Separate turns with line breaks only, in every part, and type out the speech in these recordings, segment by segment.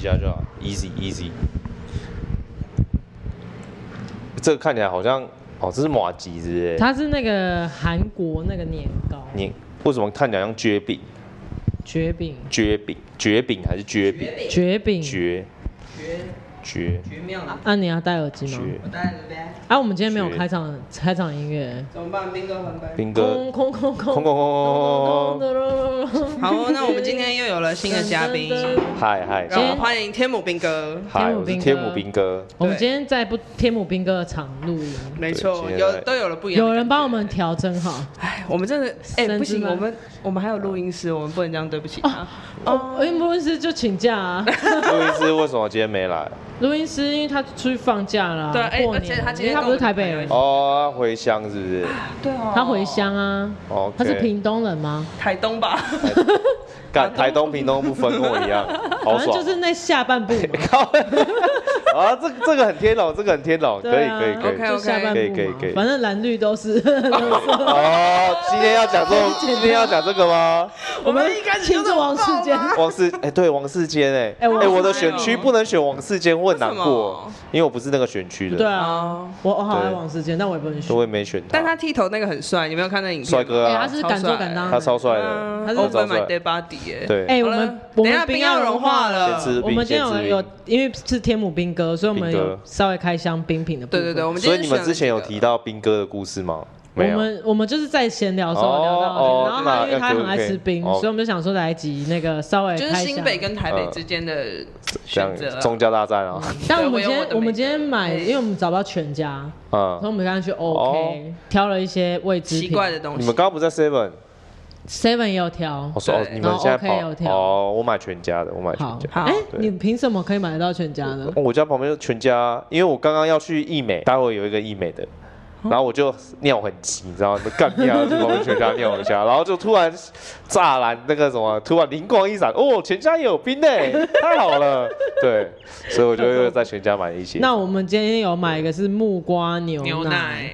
下就好，easy easy。这个看起来好像哦，这是马吉是不是？
它是那个韩国那个年糕，
你为什么看起来像蕨饼？
绝饼，
蕨饼，蕨饼还是蕨饼？
绝
绝饼。
蕨
绝
蕨
绝妙啊！
啊，你要戴耳机吗？
蕨
我。带了呗，
啊，我们今天没有
绝
开场开场音乐。
怎么办？兵哥还呗。
兵哥，
空空空空
空空空空空，
空。
好，那我们今天又有了新的嘉宾，
嗨嗨
让我们欢迎天母兵哥。
嗨，我是天母兵哥。
我们今天在不天母兵哥的场录音，
没错，
对
有都有了不一样。
有人帮我们，调整好。
哎，我们真的，哎、
甚
不
至
行，
吗
我们我们还有录音师，我们不能这样对不起啊他。
哦，音录音师就请假啊，
路易斯为什么今天没来？
录音师因为他出去放假了，
对哎
过
而且
年
他
了，
今
因为
天
他
跟
不
我
是
们
台北人，
哦，他回乡是不是？
对哦
他回乡啊，
哦，
他是屏东人吗？
台 东吧？
干台东屏东不分跟我一样，好
反正
爽。
就是那下半部嘛，
啊，这个这个很天龙，这个很天龙，可以
对啊
可以可以。
就
OK，OK
下半
可以可
部
以
嘛
可以，
反正蓝绿都 是。
哦，今天要讲这种，今天要讲这个吗？
我们
一开始
请
就这
自
么
王世
爆
坚，
吗
王世，哎，对，王世坚，哎，
哎王
哎，我的
世坚
选
哦
区不能选王世坚，我很难
为什
过
么，
因为我不是那个选区的，
对啊，
哦，啊
我我好爱
对
王世坚，但我也不能
所以
选。
没选他。
但他剃头那个很帅，你没有看那影片？
帅，哥
哎，
啊
他，是
超
敢做
帅
敢当，
他超。帅的，
他
嗯，他
是
是
我
o
早
v 买
帅
dead body 耶。
对，
哎，我
好了
们我
等一
们
下
冰
冰要
要融
融
化
化
了
了。
先吃
我们
冰，
今
先
天
吃
有有
冰。，
因为是天母兵哥，所以我们
兵
有
哥
稍微开箱冰品的部
对
分。
对对，我们今
所以
天
你们之前有
选了几
提
个
到兵哥的故事吗？
我
没有。
们我们就是在闲聊的时候聊到
哦哦
这个，然后他因为他
那
很爱
OK，OK，
吃冰，
哦
所以我们就想说来一集那个稍微
就是
开
新
箱
北跟台北之间的
呃这
选
样
择啊。
宗教大战啊，
但我
对我
们
有
今天
我的
我们
美
今天买，因为我们找不到全家，所以
嗯，
我们刚刚去 OK 挑了一些未知
哦奇
品
怪的东
你
西。
们刚刚不在 Seven，
，Seven 也有挑
我，说哦
对
你们现在
然后 OK 有
跑
跳
哦，我买全家的，我买全
好
家，。
好
哎，
对
你凭什么可以买得到全家呢？
哦我家旁边就全家，因为我刚刚要去义美，待会有一个义美的，
嗯
然后我就尿很急，你知道吗？干尿就旁边全家尿一下，然后就突然栅栏那个什么，突然灵光一闪，哦，全家也有冰呢，太好了，对，所以我就又在全家买一些。
那我们今天有买一个是木瓜牛
牛奶
奶，，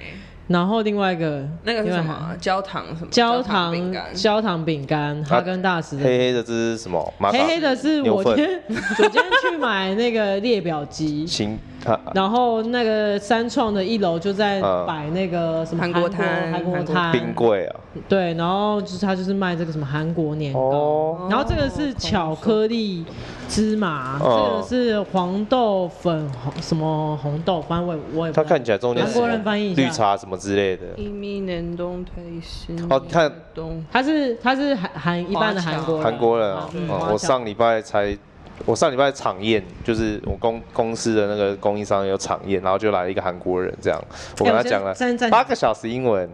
然后另外一个
那个是
另外
什
一
么？焦糖什么？
焦糖
糖饼干。
哦
啊
焦糖饼干，哈根达斯的
黑黑的这是什么？玛
黑
卡
黑的是
牛
我今
粪
天 我今天去买那个列表 机，
行，啊
然后那个三创的一楼就在摆那个什么
啊韩国摊
韩国
韩国
摊
冰柜啊，
对，然后就是他就是卖这个什么韩国年糕。
哦，
然后这个是巧克力芝麻，
哦
这个是黄豆粉红什么红豆，反正我也我也不
它
知道
看起来中间是
韩国人翻译一下
绿茶什么之类的，
一米年冬推新
哦看
冬
它是它是韩韩一般的韩国人
韩国人啊，
嗯
哦
华侨
我上礼拜才，我上礼拜厂宴，就是我公公司的那个供应商有厂宴，然后就来了一个韩国人，这样，我跟他讲了
我先暂暂
八个小时英文，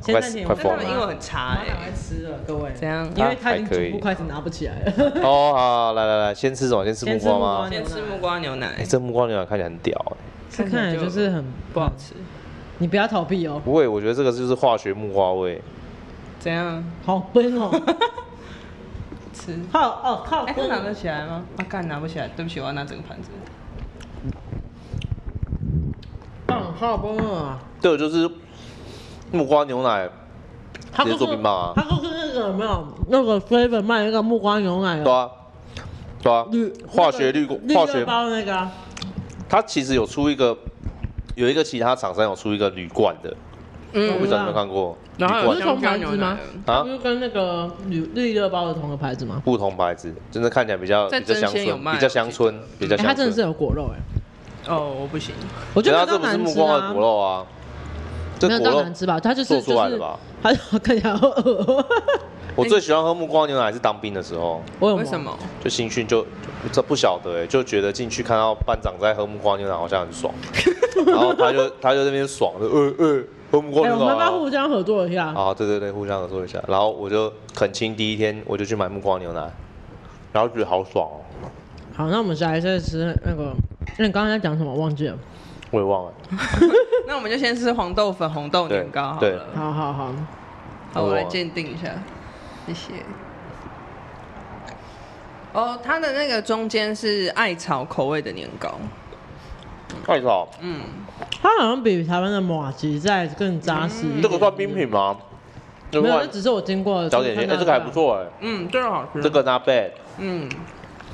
先暂停
快
我
但他
疯
们
了
英文很差
马上来
哎。
吃了，各位，
怎样
因为他已经
还可以
逐步开始拿不起来了。
哦，好，来来来，先吃什么？先吃木
先吃
瓜
木瓜
吗？
先吃木瓜牛奶
哎，这木瓜牛奶看起来很屌哎，
这 看起来就是很
不好，吃。
你不要逃避哦，
不会，我觉得这个就是化学木瓜味，
怎样
好笨 哦，
吃？
好哦靠
哎，他
奔
拿得起来吗？啊，干拿不起来，对不起，我要拿整个盘子。
棒好崩啊！
对，就是木瓜牛奶，
他
直
就
接
是
做冰棒啊
他就是那个有没有那个 flavor 卖那个木瓜牛奶
对
哦的
啊，对啊
绿，
化学绿
绿
化
色
学
包那个啊，
它其实有出一个，有一个其他厂商有出一个铝罐的，我不
嗯
知道你有没有看过，铝
然后
不
罐
是
有
同牌子吗？
啊
不是跟那个绿绿色包的同个牌子吗？
不同牌子，真的看起来比较
在
比较乡
真鲜有
村，
卖啊
比较乡村，比较
哎，它
乡
真的是
村。
有果肉哎，
哦，我不行。
我觉得
它哎这
没有到
不是
难
木
吃
瓜
啊
的果，肉啊，
没
这
有
果
到
肉
难吃吧？它就
做
是
出来的
就是
吧
它就看起来好恶。
我
哎
最喜欢喝木瓜牛奶是当兵的时候，
我有
为什？么？
就新训就就这不晓得哎、就觉得进去看到班长在喝木瓜牛奶好像很 爽，然后他就他就在那边爽就呃呃喝木瓜
哎，
牛
我们要不
奶啊。
要互相合作一下？
啊，对对对，互相合作一下。然后我就恳亲第一天，我就去买木瓜牛奶，然后觉得好爽哦，
好，那我们下一次吃那个，那你刚刚在讲什么？忘记了。
我也忘了。
那我们就先吃黄豆粉红豆年糕好
对
了。
好好好，
好，我来鉴定一下，谢谢。哦，它的那个中间是艾草口味的年糕，
嗯
艾草，
它好像比台湾的马吉在更扎实一点。
这个算冰品吗？这个
没有，
算
那只是我经过的
小点心，哎、这个还不。错哎、
嗯，这个好吃，
这个 not bad，
嗯，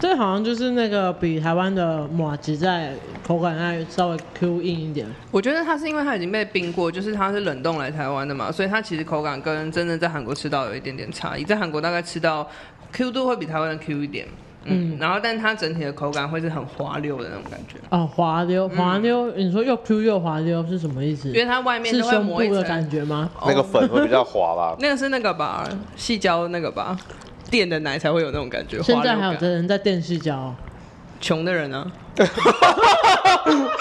这好像就是那个比台湾的马吉在口感上稍微 Q 硬一点，
我觉得它是因为它已经被冰过，就是它是冷冻来台湾的嘛，所以它其实口感跟真正在韩国吃到有一点点差异。在韩国大概吃到 Q 度会比台湾的 Q 一点，嗯，然后但它整体的口感会是很滑溜的那种感觉，
哦，滑溜滑溜，你说又 Q 又滑溜是什么意思
嗯因？为它外面
是
都会
胸部
抹一
的
层，。
感觉吗？
那个粉会比较滑吧
那个是那个吧，细胶那个吧，电的奶才会有那种感觉。
现
滑
在
溜
还有
感
的人在电视教哦，
穷的人呢、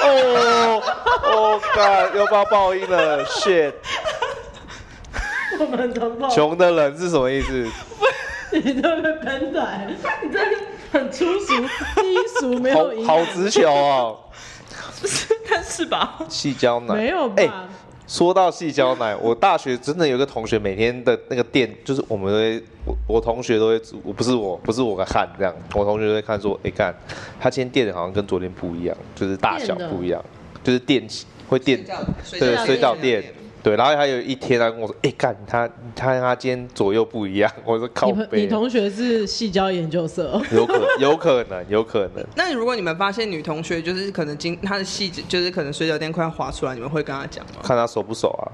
哦哦，干，又爆爆音了，shit！
我们的报
穷的人是什么意思？
你在被喷仔，你这很粗俗、低俗，没
好
有营养
好直球哦，
不是， 但是吧，
细胶奶
没有
哎
吧？
说到细胶奶，我大学真的有个同学，每天的那个店就是我们都会，我我同学都会，我不是我，不是我个汉这样，我同学都会看说，哎、看他今天店好像跟昨天不一样，就是大小
店的
不一样，就是店会店
水
对
饺
水饺
店
店。对，然后他有一天他跟我说：“哎、干他他他今天左右不一样。” 我说：“靠
你朋
背
你
啊，
同学是细胶研究社，
有可有可能有可能。
那如果你们发现女同学就是可能经她的细节，就是可能水饺店快要滑出来，你们会跟她讲吗？
看他熟不熟啊，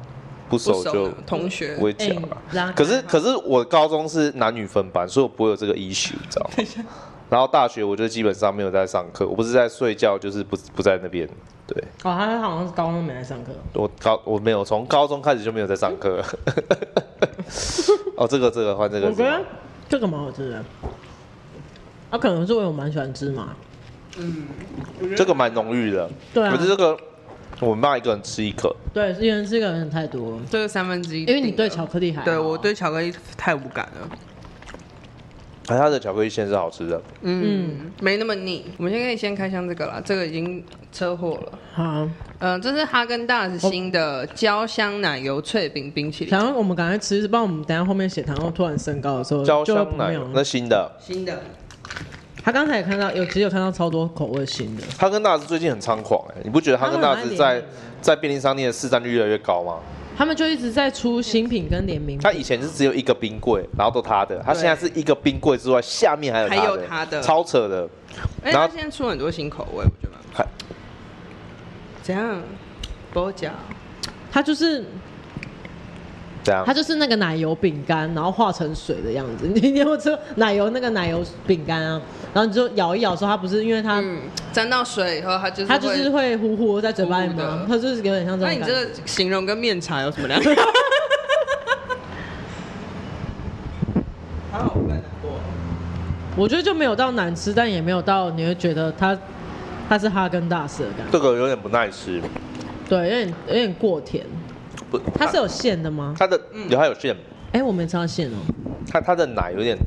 不熟
不熟
就
呢同学
不会讲啊。
哎拉开
可是
吧
可是我高中是男女分班，所以我不会有这个 issue，你知道吗？然后大学我就基本上没有在上课，我不是在睡觉，就是不不在那边。对
哦，他好像是高中没来上课，
我高我没有从高中开始就没有在上课。 哦，这个这个换这个
我
是
觉
吗，
得这个蛮好吃的。啊，可能是因为我蛮喜欢芝麻，
这个蛮浓郁的。
对啊
可是这个我妈一个人吃一颗，
对，因为这个人太多了，
这个三分之一定
因
的，
为你对巧克力还好
对我对巧克力太无感了，
而哎它的巧克力馅是好吃的。
嗯，没那么腻。我们先可以先开箱这个啦，这个已经车祸了。
好，
嗯、这是哈根达斯新的焦香奶油脆饼冰淇淋，
然后我们赶快吃，不然我们等一下后面血糖又突然升高的时候
焦
哦就会
香
不
奶
妙
油那
了。
新的，
新的。
他刚才也看到，有其实有看到超多口味新的，
哈根达斯最近很猖狂哎、你不觉得哈根达斯在
他们很爱联名
在便利商店的市占率越来越高吗？
他们就一直在出新品跟联名
他以前是只有一个冰柜，然后都他的，他现在是一个冰柜之外，下面还有
还
他
有
的，
他的
超扯的。
哎，
然
它
后
现在出很多新口味，我觉得蛮
还
怎样？包夹，
它就是
怎样
它？就是那个奶油饼干，然后化成水的样子。你你有没有吃过奶油那个奶油饼干啊？然后你就咬一咬的时候，它不是因为它、
嗯，沾到水以后，它就是
它就是会
会。
糊糊在嘴巴里
糊
嘛
糊的，
它就是有点像这种
那你
感
这
觉。
个形容跟面茶有什么两 样？好，我更难过。
我觉得就没有到难吃，但也没有到你会觉得它它是哈根达斯的感觉，
这个有点不耐吃，
对，有点有点过甜。
不，
它是有馅的吗？
它的有它有馅，
哎、我没吃到馅哦、
它它的奶有点，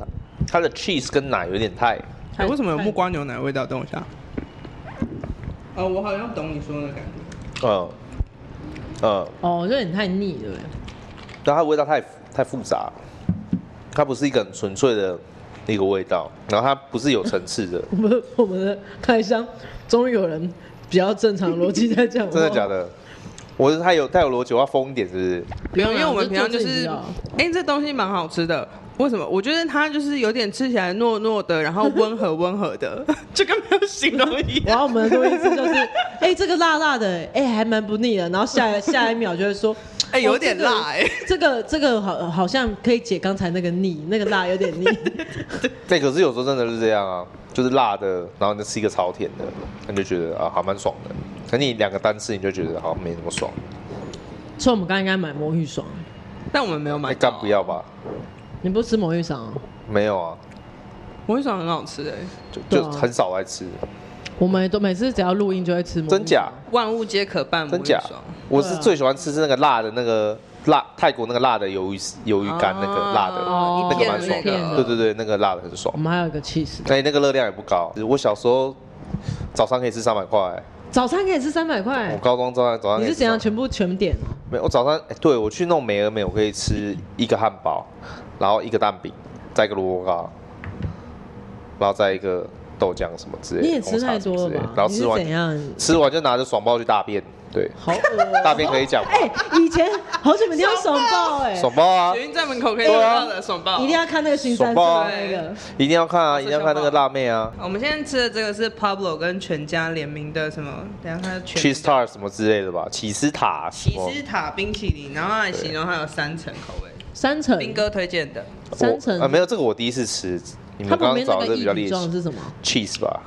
它的 cheese 跟奶有点太，
哎、为什么有木瓜牛奶的味道？等我一下。哦，我好像懂你说的感觉。
嗯嗯，
哦，有点太腻了耶。
但它的味道太太复杂，它不是一个很纯粹的一个味道，然后它不是有层次的，
我们我们的开箱终于有人比较正常的逻辑在讲话，
真的假的？我是太有太有逻辑，我要疯一点是不是？
不用，因为我们
就
平常就
做自己
是
知道，
哎、这东西蛮好吃的。为什么？我觉得它就是有点吃起来糯糯的，然后温和温和的， 就跟没有形容一
然
样。
后我们的录音师就是，哎、这个辣辣的、哎、还蛮不腻的。然后下下一秒就会说，
哎、有点
哦
辣哎、
这个这个好好像可以解刚才那个腻，那个辣有点腻。
对，可是有时候真的是这样啊，就是辣的，然后你吃一个超甜的，你就觉得啊，还蛮爽的。可你两个单吃，你就觉得好像没那么爽。
所以我们刚刚应该买魔芋爽，
但我们没有买
哎，
到啊
干不。要吧？
你不吃魔芋爽啊、
没有啊，
魔芋爽很好吃哎、
就
对啊
就很少来吃，
我们都每次只要录音就会吃魔芋爽
真假？
万物皆可拌魔
真
芋
假
爽。？
我是最喜欢吃是那个辣的那个辣泰国那个辣的鱿鱼鱿鱼干那
啊
个辣的，
哦
那个
一片
蛮
的
爽
那
片
的。对对
个，
对，那个辣的很爽
我，们还有一个 cheese，
哎，那个热量也不高。我小时候早上可以吃三百块，
早餐可以吃三百
我
块，
高中早上早上可
哎你
以
是
吃
怎样
300
全部全点哦？
没有，我早上、哎对我去弄美而美，我可以吃一个汉堡，然后一个蛋饼，再一个萝卜糕，然后再一个豆浆什么之类的。
你也吃
红茶
太
什么
多
之类
了
的
吧？
然后
你
吃
是
完
怎样？
吃完就拿着爽包去大便， 对，
好恶哦、
大便可以讲吗
哎、以前好久没听到爽爆哎、
爽包啊
捷，运站门口可以找到的爽爆
一。定要看那个巡山
爽
车
爆啊
那个，
一定要看啊，
我
一
是
定要看那个辣妹啊
我们现在吃的这个是 Pablo 跟全家联名的什么？等一下它的全
，cheese star 什么之类的吧，起司塔什
起
么，
司塔冰淇淋，然后它还形容它有三层口味，
三层，
斌哥推荐的。
我
三层
啊没有这个我第一次吃，你
它
们
旁
刚
边
刚
那
找的
个
这比较
异
猎
体状
奇
是什么？
cheese 吧，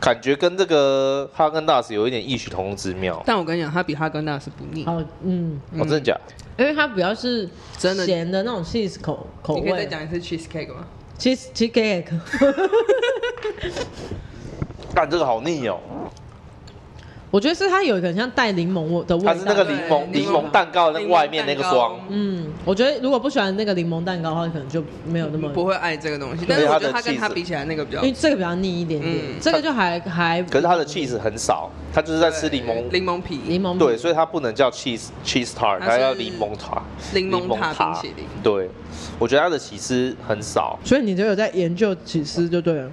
感觉跟这个哈根达斯有一点异曲同工之妙。
但我跟你讲，它比哈根达斯不腻，
哦，嗯，
哦，真的假？
因为它比较是
真的
咸的那种 cheese 口口
你可以再
味
讲一次 cheesecake 吗？
，cheese cheesecake，
但这个好腻哦，
我觉得是它有一个很像带柠檬的味道。
它是那个柠檬
对
柠檬蛋糕那个外面那个霜，
嗯，我觉得如果不喜欢那个柠檬蛋糕的话，可能就没有那么，
嗯不会爱这个东西，
对
但是我觉
它
得
的
它跟它
cheese
比起来那个比较
因。为这个比较腻一点点，
嗯
这个就还还。
可是它的 cheese 很少，它就是在吃柠
对柠
檬，
檬皮，
柠檬
对，所以它不能叫 cheese cheese tart，
它
它叫
是
柠檬塔，
柠檬塔冰淇淋
对，我觉得它的起司很少，
所以你就有在研究起司就对了。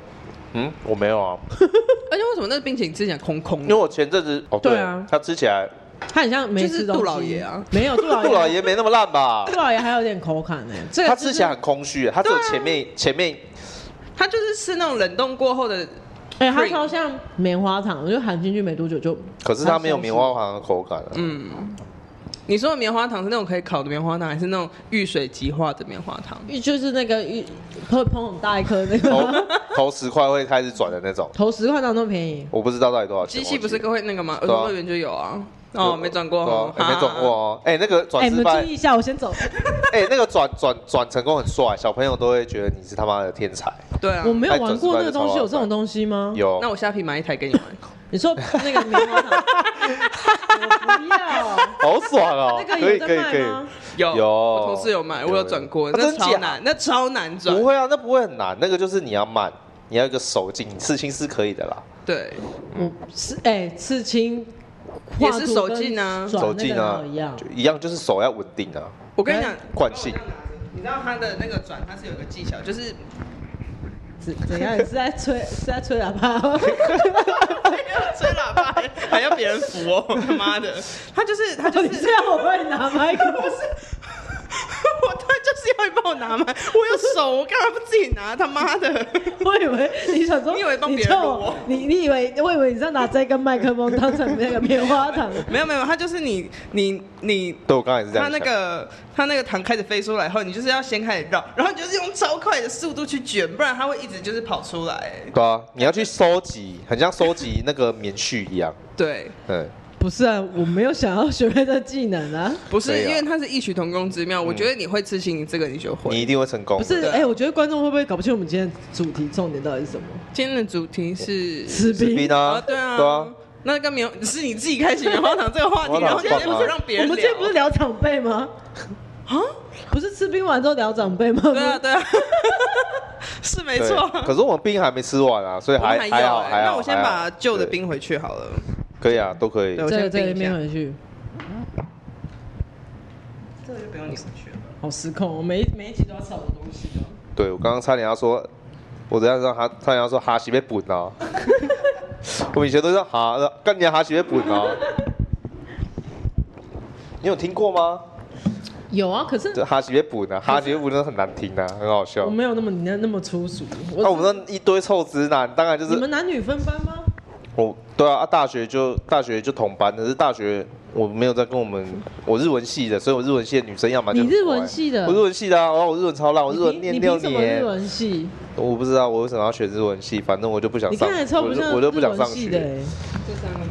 嗯，我没有啊，
而且为什么那个冰淇淋吃起来空空
因
的
为？我前阵子哦，
对
对
啊
它吃起来
它很像没
就是
吃东西。
杜老爷啊，
没有杜老
杜老
爷，
爷没那么烂吧
杜？老爷还有点口感呢。 这个
它
就是
吃起来很空虚，它只有前
啊
面前面
它就是吃那种冷冻过后的，
哎、它
cream
超像棉花糖，我就含进去没多久就。
可是它没有棉花糖的口感了。嗯，
你说的棉花糖是那种可以烤的棉花糖，还是那种遇水即化的棉花糖？
它消失，就是那个一会捧很大一颗那
投
个，
投十块会开始转的那种，
投十块哪有那么便宜？
我不知道到底多少钱。
机器不是
我记得
个会那个吗？儿
对啊
童乐园就有啊。哦，没转过
对
哦
啊，哎没转过。哦。哎，那个
哎、
转
你
失
们
败
注意，一下，我先走。
哎，那个转转转成功很帅，小朋友都会觉得你是他妈的天才。
对啊
我，没有玩过那
哎转失败就
个东西，有这
超好
种东西吗？。
有
哦那，我下批买一台给你玩。
哎
你说那个棉花糖？ 我不要，
好爽哦
那！个
可以
有
可
在
以
卖
可以，
啊
吗？
有
有
我同事有买，我有
有
转过，
啊
那
真
超
假
难，那超难转。
不会啊，那不会很难，那个就是你要慢，你要有一个手劲，刺青是可以的啦。
对，
我是哎、刺青
也是手劲啊
手
手
劲
劲
啊，
一样
就。一样就是手要稳定啊，
我跟你讲，
惯性。
你知道它的那个转，它是有个技巧，就是
怎怎样？你是在吹是在吹喇叭？
吹喇叭还要别人扶哦， 他妈的，他就是他就
你
是
这。样我会拿麦克风。
我他就是要你帮我拿嘛，我有手，我干嘛不自己拿？他妈的！
我以为你想说，
你以为帮别人
叫
录
我
哦
你你以为我以为你在拿这根麦克风当成那个棉花糖？
没有没有，他就是你你你，
对我刚才也是这
他
样
那
想。
个他那个糖开始飞出来后，你就是要先开始绕， 然后你就是用超快的速度去卷，不然它会一直就是跑出来。
对啊，你要去收集，很像收集那个棉絮一样。
对，
嗯，
不是啊，我没有想要学会这技能 啊。
不是
对啊嗯
因为它是异曲同工之妙，我觉得你会刺青，你这个你就
你
会
一。定会成功
不
的。
是，
对啊
哎、我觉得观众会不会搞不清我们今天的主题重点到底是什么？
今天的主题是
士
吃冰
兵。啊，
对啊，
对啊，。
那跟棉是你自己开启棉花糖这个话题，
棉花
然
糖
后你今天不是让别
我
人
们今天不是
聊
聊长辈吗？
啊？
不是吃冰完之后聊长辈吗？
对 啊，对啊， 是没
对
错。
可是我们冰还没吃完啊，所以
我们
还
还有
好
欸
还好。
那我先
还好
把旧的。
对
冰回去好了。
可以啊，都可以
对。我
这
先
个这
冰
个
一
面
下，
回去，
这个就不用你回去了。
好失控。我每一每一集都要吵的东西哦。
对我刚刚差点要说，我等下让他差点要说哈西被本啊。 我们以前都是哈，呃干你哈西被本啊。你有听过吗？
有啊，可是
这哈西被本啊，哈西被本真的很难听啊，很好笑
我。没有那么你那那么粗俗。
那、
啊
我们那一堆臭直男，当然就
你
是
们男女分班吗？
我对啊，啊大学就大学就同班，可是大学我没有在跟我们我日文系的，所以我日文系的女生要么就
你日文
很乖
系的
我日文系的啊，然后我日文超烂，我日文
你凭
念
你
六
凭什么
年
日，文系？
我不知道我为什么要选日文系，反正我就不想
你
上，
看起来超
我
不
就
像
我就不想
日
上
文系的
学。
欸。
这三个吗？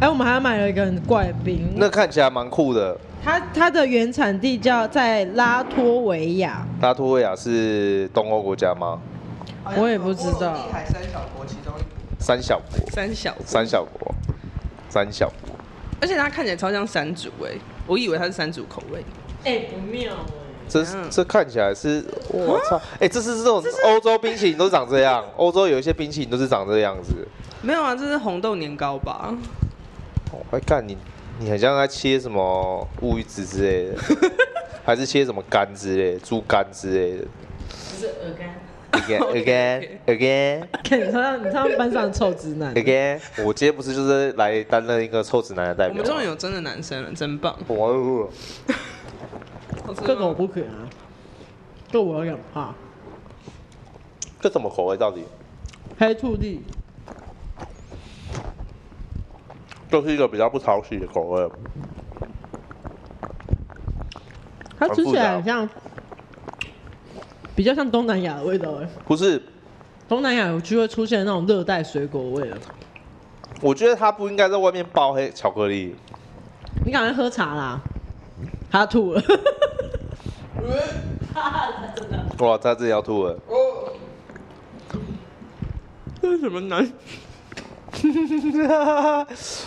哎，我们还买了一个很怪的冰，
那看起来蛮酷的，
它它的原产地叫在拉脱维亚，
拉脱维亚是东欧国家吗？
我也不知道
海三小国其中一
三小国，
三小国，
三小国，三小国，
而且它看起来超像山竹哎、我以为它是山竹口味。
哎，不妙
这
怎样
这看起来
啊
是，我操，哎、这是这种欧洲冰淇淋都长这样，欧洲有一些冰淇淋都是长这样子。
没有啊，这是红豆年糕吧？
哦，哎，干你，你很像在切什么乌鱼子之类的，还是切什么肝之类的、猪肝之类的。
不是鹅肝，
again again again
看 你像你像班上的臭直男，
again，我今天不是就是来担任一个臭直男的代
我
表
们
吗？
终于有真的男生了，真棒！
哇哦
这个我不可以啊，这我有点怕。
这什么口味到底？
黑醋栗，
就是一个比较不讨喜的口味。
它吃起来
很
很
复
像，比较像东南亚的味道哎。
不是，
东南亚有机会出现那种热带水果味了。
我觉得它不应该在外面包黑巧克力。
你赶快喝茶啦，他吐了。
哇，他自己要吐了。
为什么男？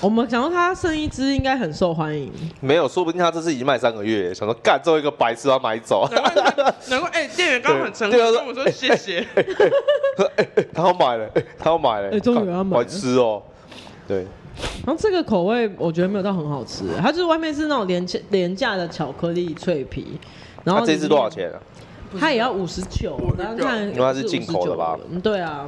我们想到他剩一只应该很受欢迎，
没有，说不定他这次已经卖三个月，想说干，最后一个白痴要买走。
难怪他难怪哎，店员刚刚很诚实
对对啊
跟我说谢谢。
哎哎他要买了，哎他要买了，
哎终于
干
要买了
白痴哦。对，
然后这个口味我觉得没有到很好吃，它就是外面是那种廉价廉价的巧克力脆皮，然后
他这
里
次
面
多少？钱啊？
它也要五十九，然后看
因为它是进口的吧？
嗯，对啊，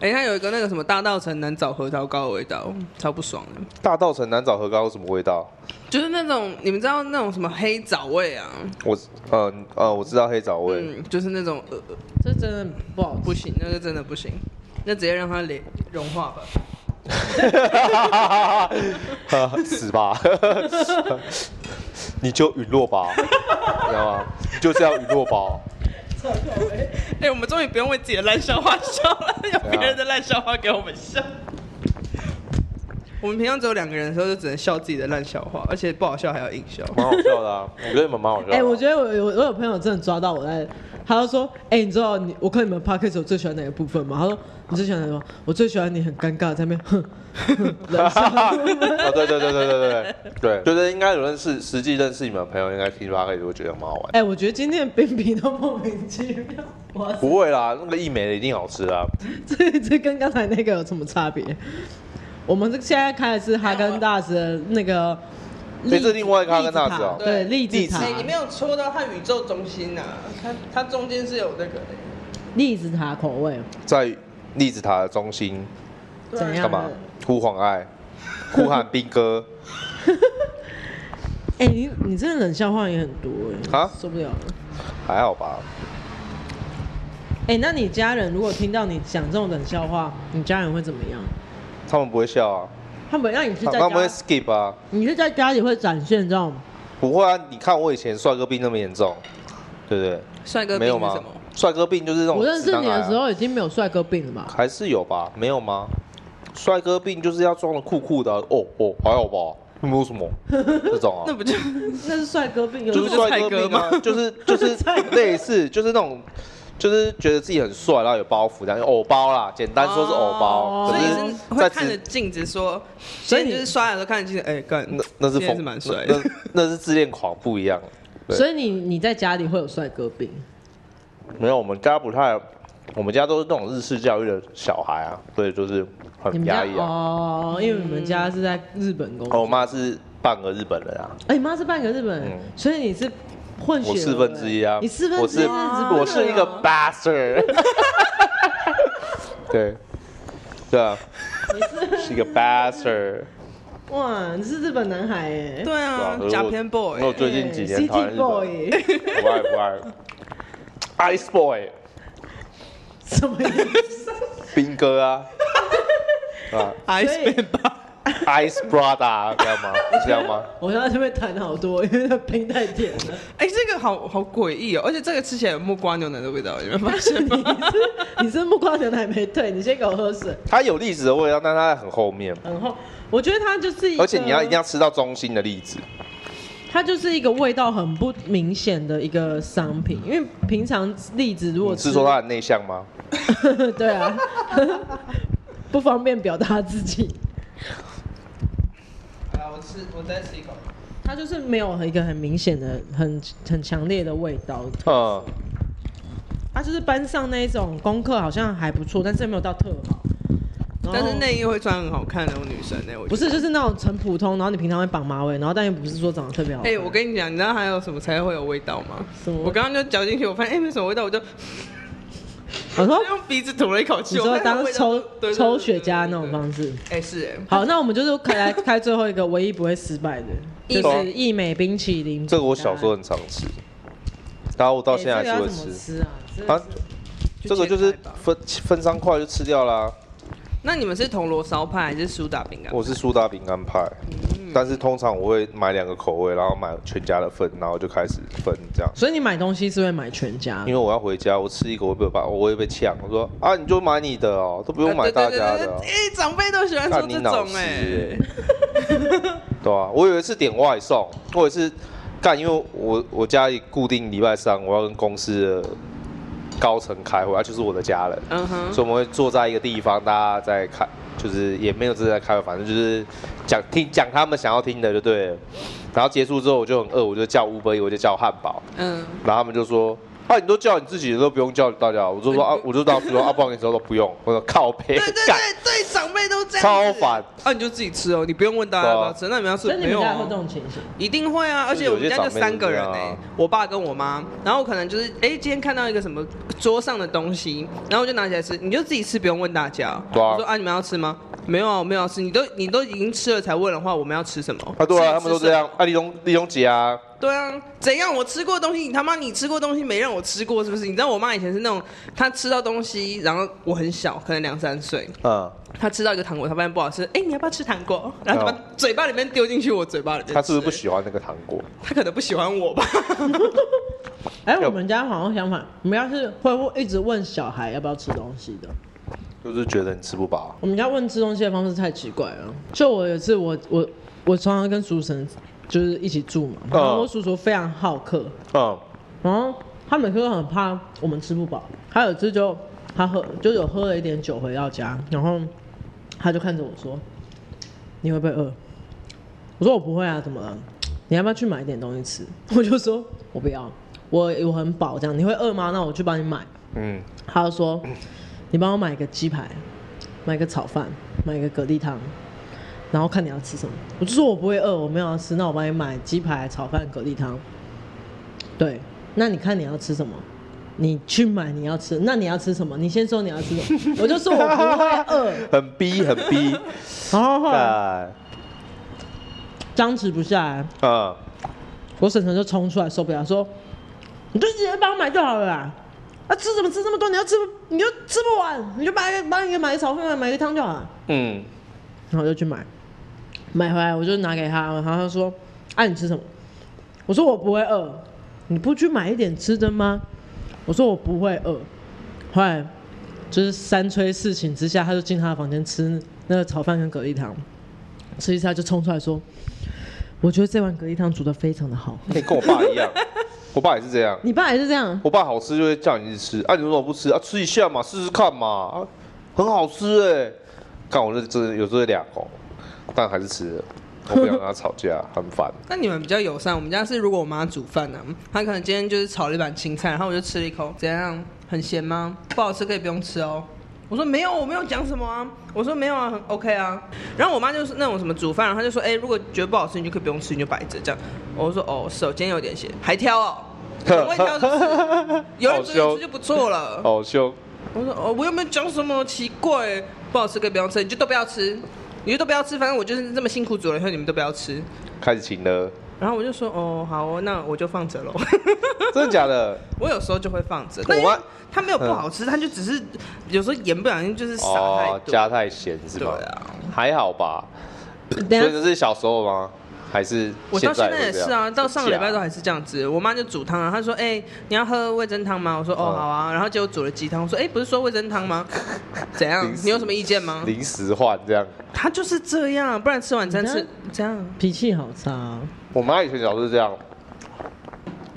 哎，他有一个那个什么大稻城南枣核桃糕的味道，超不爽的。
大稻城南枣核糕有什么味道？
就是那种你们知道那种什么黑枣味啊，
我，呃呃，我知道黑枣味。
嗯，就是那种呃
这真的不好
不
吃。
行，那个真的不行，那直接让它融融化吧。
哈哈哈 死吧！ 你就陨落吧，你知道吗？你就是要陨落吧。
哎、我们终于不用为自己的烂笑话笑了，有别人的烂笑话给我们笑。我们平常只有两个人的时候，就只能笑自己的烂笑话，而且不好笑还要硬笑。
蛮好笑的啊，我觉得你们蛮好笑的啊。
哎、我觉得我有我有朋友真的抓到我在，他就说，哎、你知道你我看你们 podcast 我最喜欢哪个部分吗？他说你最喜欢哪个？我最喜欢你很尴尬在那边哼哼冷笑。
哦，对对对对对对对，对，觉得应该有认识，实际认识你们的朋友，应该听八可以会觉得蛮好玩。
哎、我觉得今天的冰皮都莫名其妙，哇塞，
不会啦，那个一美的一定好吃啊。
这这跟刚才那个有什么差别？我们这现在开的是哈根达斯的那个
所
栗
以
子塔，
这另外一个哈根达斯哦
对，栗子塔，
哎、你没有戳到它宇宙中心呐、啊，它它中间是有那个的、
栗子塔口味，
在栗子塔的中心
怎样？
干嘛？呼唤 爱，呼喊兵哥
哎、你你真的冷笑话也很多哎、
啊
受不了了。
还好吧？
哎、那你家人如果听到你讲这种冷笑话，你家人会怎么样？
他们不会笑啊，
他们让你是
他
在
他
家，
们会 skip 啊。
你是在家里会展现这种
不会啊，你看我以前帅哥病那么严重，对不对？
帅哥
没有
病是
吗
什么？？
帅哥病就是这种、
我认识你的时，候已经没有帅哥病了吧？
啊还是有吧？没有吗？帅哥病就是要装的酷酷的啊、哦哦，还好吧？没有什么这种啊
那，不就
那是帅哥病，有
就是
帅
帅哥
哥
病啊
吗，
就是 就是类似，就是那种。就是觉得自己很帅，然后有包袱，然后偶包啦，简单说是偶包，
哦
可
所以
是
你是
在
会看着
直
镜子说，
所
所
以
以
你
你就是刷的时候看着镜子，哎、干，
那那是
现在
疯，
是蛮帅
那
的。
那那是自恋狂不一样。对
所以你你在家里会有帅哥病，
没有，我们家不太，我们家都是那种日式教育的小孩啊，所以就是
你
很
们
压
家
抑啊。
哦，因为你们家是在日本工
哦，
作，
我妈是半个日本人啊，
哎，你妈是半个日本人
嗯，
所以你是混血
我
儿，
四分之一啊，
你四分
我
之一啊
是
是日本人
我是一个 bastard，对，对啊，是一个 bastard，
哇，你是日本男孩哎，
对啊
对啊，
假片 boy，
那我最近几年讨厌
，City
日本人，
Boy
不爱不爱，Ice Boy，
什么意思？
兵哥啊， 啊
Ice
所以
Man 吧。
，Ice Brother，知道吗？知道吗？
我现在这边痰好多，因为它冰太甜了。
哎、这个好好诡异哦，而且这个吃起来有木瓜牛奶的味道，你们发现吗？
你是木瓜牛奶没退，你先给我喝水。
它有栗子的味道，但它在很后面，
然后我觉得它就是一个，
而且你要一定要吃到中心的栗子。
它就是一个味道很不明显的一个商品，因为平常栗子如果
你是说它很内向吗？
对啊，不方便表达自己。
好，我吃，我再吃一口。
它就是没有一个很明显的、很很强烈的味道，
嗯，
它就是班上那一种功课好像还不错，但是没有到特好。然后
但是内衣会穿很好看的那种女生呢、我
哦
觉得
不是就是那种很普通，然后你平常会绑马尾，然后但也不是说长得特别好看。
哎、我跟你讲，你知道还有什么才会有味道吗
什么？
我刚刚就嚼进去，我发现哎、没什么味道，我就
我说
用鼻子吐了一口气。
你
我
说
看它
当
味道
抽
对对对
抽
对
雪
对
茄那种
对
方式。
哎、是哎、
好，那我们就是开来开最后一个唯一不会失 败的，
啊
益
就是
美
益美冰淇淋。
这个我小时候很常吃，然后我到
哎
现在还
这个
是
要
会
怎么
吃。
吃啊？这
啊，这个就是
切块吧
分分三块就吃掉啦、
那你们是铜锣烧派还是苏打饼干？
我是苏打饼干派，
嗯
但是通常我会买两个口味，然后买全家的份，然后就开始分这样。
所以你买东西是会买全家
因为我要回家，我吃一个我会被爸，我会被呛。我说啊，你就买你的哦，都不用买大家
啊对对
的、
对
哦
对。哎、长辈都喜欢
干
做
你
这
脑
种
子
哎、
欸对啊，我有一次点外送，或者是干，因为我我家里固定礼拜三我要跟公司的高层开会，啊，就是我的家人，
嗯哼，
所以我们会坐在一个地方，大家在开，就是也没有真的在开会，反正就是讲听讲他们想要听的就对了。然后结束之后我就很饿，我就叫 Uber，Eats，我就叫汉堡，
嗯，
然后他们就说。啊！你都叫你自己的，都不用叫大家。我就说啊，我就当时说啊，不好意思，都不用。我说靠背，
对对
哎干
对对，长辈都这样，
超烦。
啊，你就自己吃哦，你不用问大家要不要吃。那你们要是
所以你们
没有
家
啊
会这种情形？
一定会啊，而且我们家就三个人
有些长辈都
哎、
这样啊
我爸跟我妈，然后我可能就是哎、今天看到一个什么桌上的东西，然后我就拿起来吃，你就自己吃，不用问大家。
对啊
我说啊，你们要吃吗？没有啊，我没有要吃，你都你都已经吃了才问的话，我们要吃什么？
啊，对啊，他
自
们都
己吃
这样。啊，李荣李荣杰啊，
对啊，怎样？我吃过东西，你他妈你吃过东西没让我吃过是不是？你知道我妈以前是那种，她吃到东西，然后我很小，可能两三岁，
嗯，
她吃到一个糖果，她发现不好吃，哎、你要不要吃糖果？然后她把
哦
嘴巴里面丢进去我嘴巴里面。
他是不是不？喜欢那个糖果？
她可能不喜欢我吧。
哎，我们家好像相反，我们家是会会一直问小孩要不要吃东西的。
就是觉得你吃不饱，
我们家问吃东西的方式太奇怪了。就我有一次我，我我常常跟叔婶就是一起住嘛，然
哦
后我叔叔非常好客，
嗯，
然后他每次都很怕我们吃不饱。他有一次就他喝就有喝了一点酒回到家，然后他就看着我说：“你会不会饿？”我说：“我不会啊，怎么了？你要不要去买一点东西吃？”我就说：“我不要，我我很饱，这样你会饿吗？那我去帮你买。”
嗯，
他就说：“你帮我买个鸡排，买个炒饭，买个蛤蜊汤，然后看你要吃什么。”我就说：“我不会饿，我没有要吃，那我帮你买鸡排、炒饭、蛤蜊汤。”对，那你看你要吃什么？你去买你要吃，那你要吃什么？你先说你要吃什么。我就说我不会 饿，
很逼很逼，
然后后来
干，
僵持不下来，
嗯，
我婶婶就冲出来受不了，说：“你就直接帮我买就好了啦，啊吃什么吃这么多，你要吃不你就吃不完，你就买个帮你买个炒饭买个汤就好了。”
嗯，
然后我就去买，买回来我就拿给他，然后他说：“啊，你吃什么？”我说：“我不会饿。”你不去买一点吃的吗？我说：“我不会饿。”后来就是三催四请之下，他就进他的房间吃那个炒饭跟蛤蜊汤，吃一次他就冲出来说：“我觉得这碗蛤蜊汤煮的非常的好。
你跟我爸一样， 我爸也是这样”，
你爸也是这样，
我爸好吃就会叫你去吃，啊，你为什么不吃啊？吃一下嘛，试试看嘛，啊很好吃哎、干我这真的有时候会俩口，但还是吃了，我不想跟他吵架， 很烦，
那你们比较友善，我们家是如果我妈煮饭呢、她可能今天就是炒了一盘青菜，然后我就吃了一口，怎样？很咸吗？不好吃可以不用吃哦。我说没有，我没有讲什么啊。我说没有啊很，OK 啊。然后我妈就是那种什么煮饭，然后她就说，哎、如果觉得不好吃，你就可以不用吃，你就摆着这样。我说哦，是哦，今天有点咸，还挑哦，很会挑是不是？有人追你吃就不错了。
好凶，
我说哦，我有没有讲什么奇怪？不好吃可以不用吃，你就都不要吃，你就都不要吃，反正我就是这么辛苦煮了以后，你们都不要吃。
开始请了，
然后我就说哦，好哦，那我就放着喽。
真的假的？
我有时候就会放着，
我啊
但因为
妈
它没有不好吃，它就只是有时候盐不小心就是 撒太
哦，
多。
加太咸是吗
对？啊，
还好吧，所
等
以
一下
这是小时候吗？还是
我到现在也
会这样
是啊，到上个礼拜都
假
还是这样子。我妈就煮汤啊，她说：“哎、你要喝味噌汤吗？”我说：“哦，
嗯
好啊。”然后结果煮了鸡汤，我说：“哎、不是说味噌 汤吗？怎样
临？时
你有什么意见吗
临时换这样。？”
她就是这样，不然吃晚餐
你看
吃这样。
脾气好差哦、
我妈以前小时候是这样，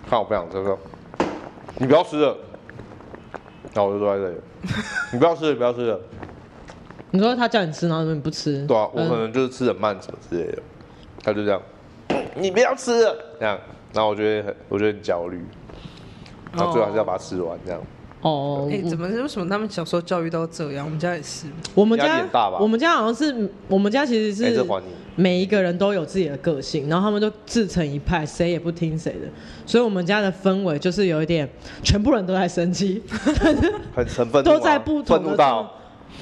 看我不想吃了，你不要吃了，然后我就坐在这里，你不要吃了，你不要吃了，
你说他叫你吃，然后你不吃，
对啊，我
嗯
可能就是吃很慢什么之类的，她就这样，你不要吃了，这样，然后我觉得很，我觉得很焦虑，然后最后还是要把它吃完这样，
哦，
哦哎、怎么为什么他们小时候教育到这样？我们家也是，
我们
压力
家
很大吧
我们家好像是我们家其实
哎
是
这还你
每一个人都有自己的个性，然后他们都自成一派，谁也不听谁的，所以我们家的氛围就是有一点全部人都在生气，
很很愤怒啊、
都在不同
愤
的
怒
状
到，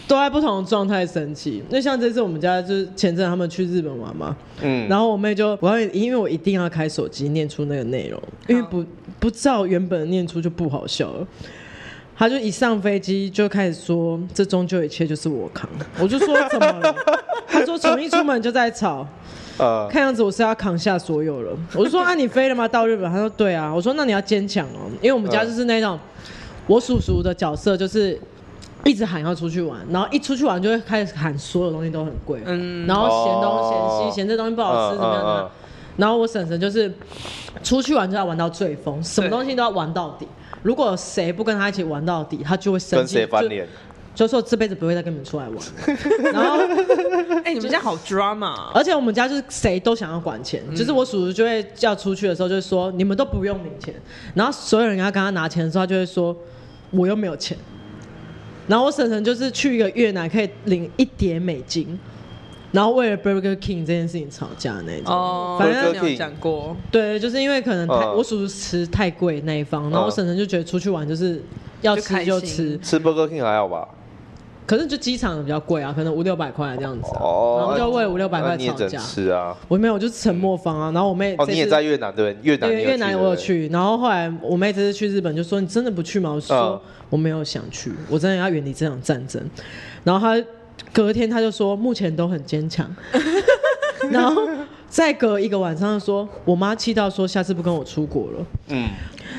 都在不同的状态生气。那像这次我们家就是前阵他们去日本玩嘛，
嗯，
然后我妹就我要因为我一定要开手机念出那个内容，因为不不照原本的念出就不好笑了。她就一上飞机就开始说：“这终究一切就是我扛。”我就说：“怎么了？”她说：“从一出门就在吵，
呃，
看样子我是要扛下所有了。”我就说：“啊，你飞了吗？到日本？”她说：“对啊。”我说：“那你要坚强哦，因为我们家就是那种我叔叔的角色，就是一直喊要出去玩，然后一出去玩就会开始喊所有东西都很贵，
嗯
然后嫌东
哦
嫌西，嫌这东西不好吃
嗯
怎么样怎
嗯
么
嗯
样。然后我婶婶就是出去玩就要玩到最疯，什么
对
东西都要玩到底。如果谁不跟他一起玩到底，他就会生
跟
气，
谁翻
就
脸？
就说这辈子不会再跟你们出来 玩了。然后
哎、你们家好 drama，啊
而且我们家就是谁都想要管钱，
嗯
就是我叔叔就会叫出去的时候，就说你们都不用领钱，然后所有人要跟他拿钱的时候，他就会说我又没有钱。然后我婶婶就是去一个越南可以领一叠美金，然后为了 Burger King 这件事情吵架那一种。
哦，
反正
你有讲过，
对，就是因为可能太、
嗯
我叔叔吃太贵那一方，然后
嗯
我婶婶就觉得出去玩就是要
就开
吃就
心
吃，
吃 Burger King 还好吧？
可是就机场的比较贵啊，可能五六百块这样子啊、
哦
然后就为五六百
那
块
你也
吵
只
架
能。吃啊。
我没有，我就是沉默方啊。然后我妹
哦，
这
你也
次
在越南对不对？越南
对
你
越南我有
对不对，
去，然后后来我妹这次去日本就说：“你真的不去吗？”我
哦
说：“我没有想去，我真的要远离这场战争。”然后她隔天她就说：“目前都很 坚强。” 然后再隔一个晚上说：“我妈气到说下次不跟我出国了。”
嗯，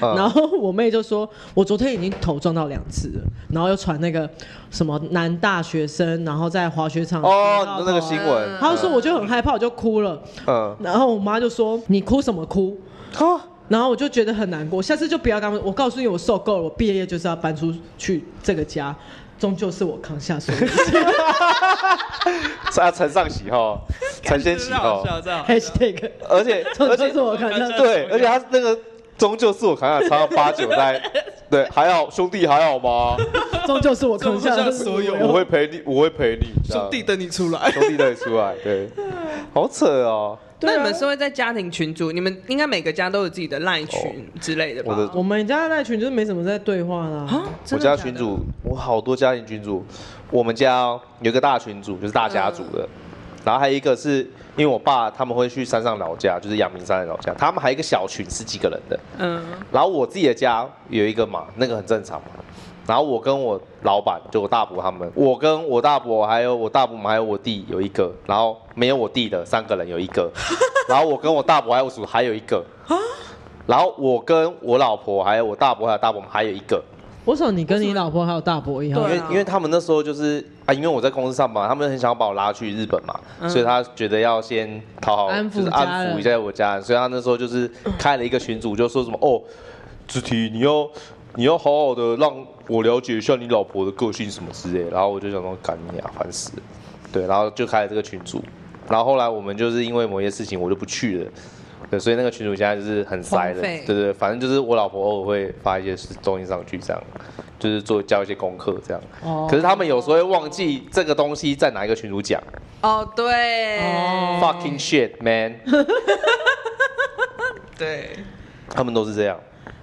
嗯
然后我妹就说：“我昨天已经头撞到两次了。”然后又传那个什么男大学生，然后在滑雪场
哦，
跌
你
到
说那个
头
新闻，
嗯
她就说：“我就很害怕，我就哭了。”
嗯，
然后我妈就说：“你哭什么哭？”
哈，
然后我就觉得很难过，下次就不要跟他们。我告诉你，我受够了，我毕业就是要搬出去这个家，终究是我扛下所有的
是啊，承上启后，承先启后，
hashtag，
而且
终
而
究
且
是我扛下。
对，而且他那个终究是我扛下，差到八九 代，对，还好兄弟还好吗？
终究是我扛下
终究是所有
我会陪你，我会陪你，这样
等你出来。
兄弟都得出来，对， 好扯哦，
对啊
那你们是会在家庭群组？你们应该每个家都有自己的赖群之类的吧？
我的
我们家的那群就是没什么在对话啦。
啊，
我
真的
家
假的
群主，我好多家庭群主，我们家哦有一个大群主，就是大家族的，
嗯
然后还有一个是因为我爸他们会去山上老家，就是阳明山的老家，他们还有一个小群十几个人的，
嗯，
然后我自己的家有一个嘛，那个很正常嘛。然后我跟我老板，就我大伯他们，我跟我大伯还有我大伯母还有我弟有一个，然后没有我弟的三个人有一个，然后我跟我大伯还有我叔还有一个，然后我跟我老婆还有我大伯还有大伯母还有一个，
为什么你跟你老婆还有大伯一样
因
对？
为
啊
因为他们那时候就是啊，因为我在公司上班，他们很想把我拉去日本嘛，
嗯
所以他觉得要先讨好，
安抚
就是
家
安
人
抚一下我家人，所以他那时候就是开了一个群组，就说什么哦，子提你要你要好好的让我了解一下你老婆的个性什么之类的，然后我就想说干你啊，烦死了，对，然后就开了这个群组，然后后来我们就是因为某些事情我就不去了。对，所以那个群主现在就是很塞的，
荒废
对对，反正就是我老婆偶尔会发一些东西上去，这样，就是做教一些功课这样。
哦
可是他们有时候会忘记这个东西在哪一个群主讲、
哦，对，
哦
f u c k i n g shit man，
对，
他们都是这样，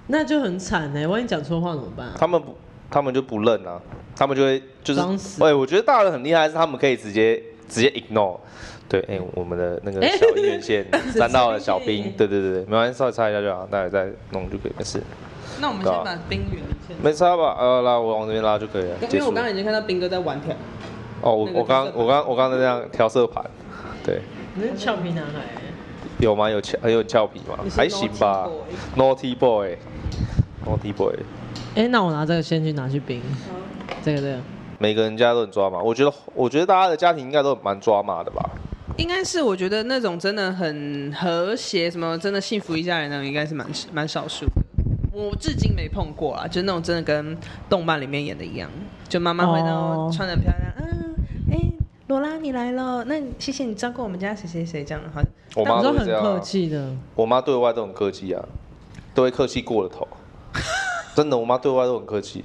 那就很惨哎，万一讲错话怎么办啊？
他们不，他们就不认啊，他们就会就是
装，死
哎、我觉得大人很厉害，是他们可以直接直接 ignore。对，哎、我们的那个
哎
小医院线沾到了小
直接
兵，对对对，对没关系，稍微擦一下就好，待会再弄就可以，没事，
那我们先把冰云先。
没擦吧，呃，拉我往这边拉就可以了，
因
结
为
束
我。刚刚已经看到斌哥在玩跳，
哦，我
那个
我刚
调色盘
我刚我刚才那样调色盘，对，
你是俏皮男孩欸，
有吗？有俏很有俏皮吗
你？是
还行吧，naughty boy，naughty boy，
哎，那我拿这个先去拿去冰，这个这个。
每个人家都很抓马。我觉得我觉得大家的家庭应该都蛮抓马的吧。
应该是我觉得那种真的很和谐，什么真的幸福一家人那种，应该是蛮蛮少数的。我至今没碰过啊，就是那种真的跟动漫里面演的一样，就妈妈会那
哦
种穿的漂亮，嗯，哎、罗拉你来了，那谢谢你照顾我们家谁谁谁这样，好像
我妈
你说
都
很
会这样
客
啊，
气的，
我妈对外都很客气啊，都会客气过了头。真的，我妈对外都很客气。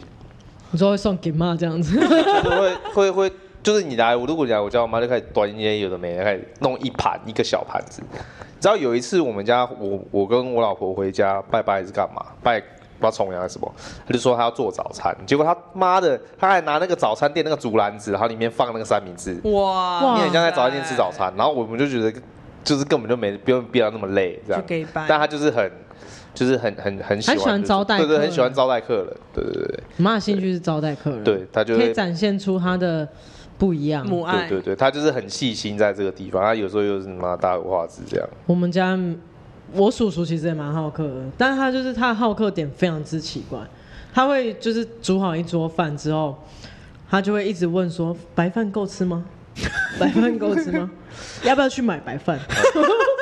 我说会送给妈这样子，
就是会会会，就是你来，我如果你来我家，我妈就开始端一些有的没的，开始弄一盘一个小盘子。你知道有一次我们家，我我跟我老婆回家拜拜还是干嘛？拜不知道重阳还是什么，她就说她要做早餐，结果她妈的，她还拿那个早餐店那个竹篮子，然后里面放那个三明治，
哇
你很像在早餐
哦
店吃早，餐，然后我们就觉得就是根本就没不用必要那么累这样
就给掰，
但她就是很。就是很很很喜欢，
她喜欢
就是
招待
对对，
客
很喜欢
人
招待客人，对对对
妈的兴趣是招待客人，
对，，
嗯
对她就
可
会
以展现出她的不一样。
母爱
对对对，他就是很细心在这个地方，他有时候又是妈大有话之这样。
我们家我叔叔其实也蛮好客的，但是他就是他的好客点非常之奇怪，他会就是煮好一桌饭之后，他就会一直问说白饭够吃吗？白饭够吃吗？ 要不要去买白饭？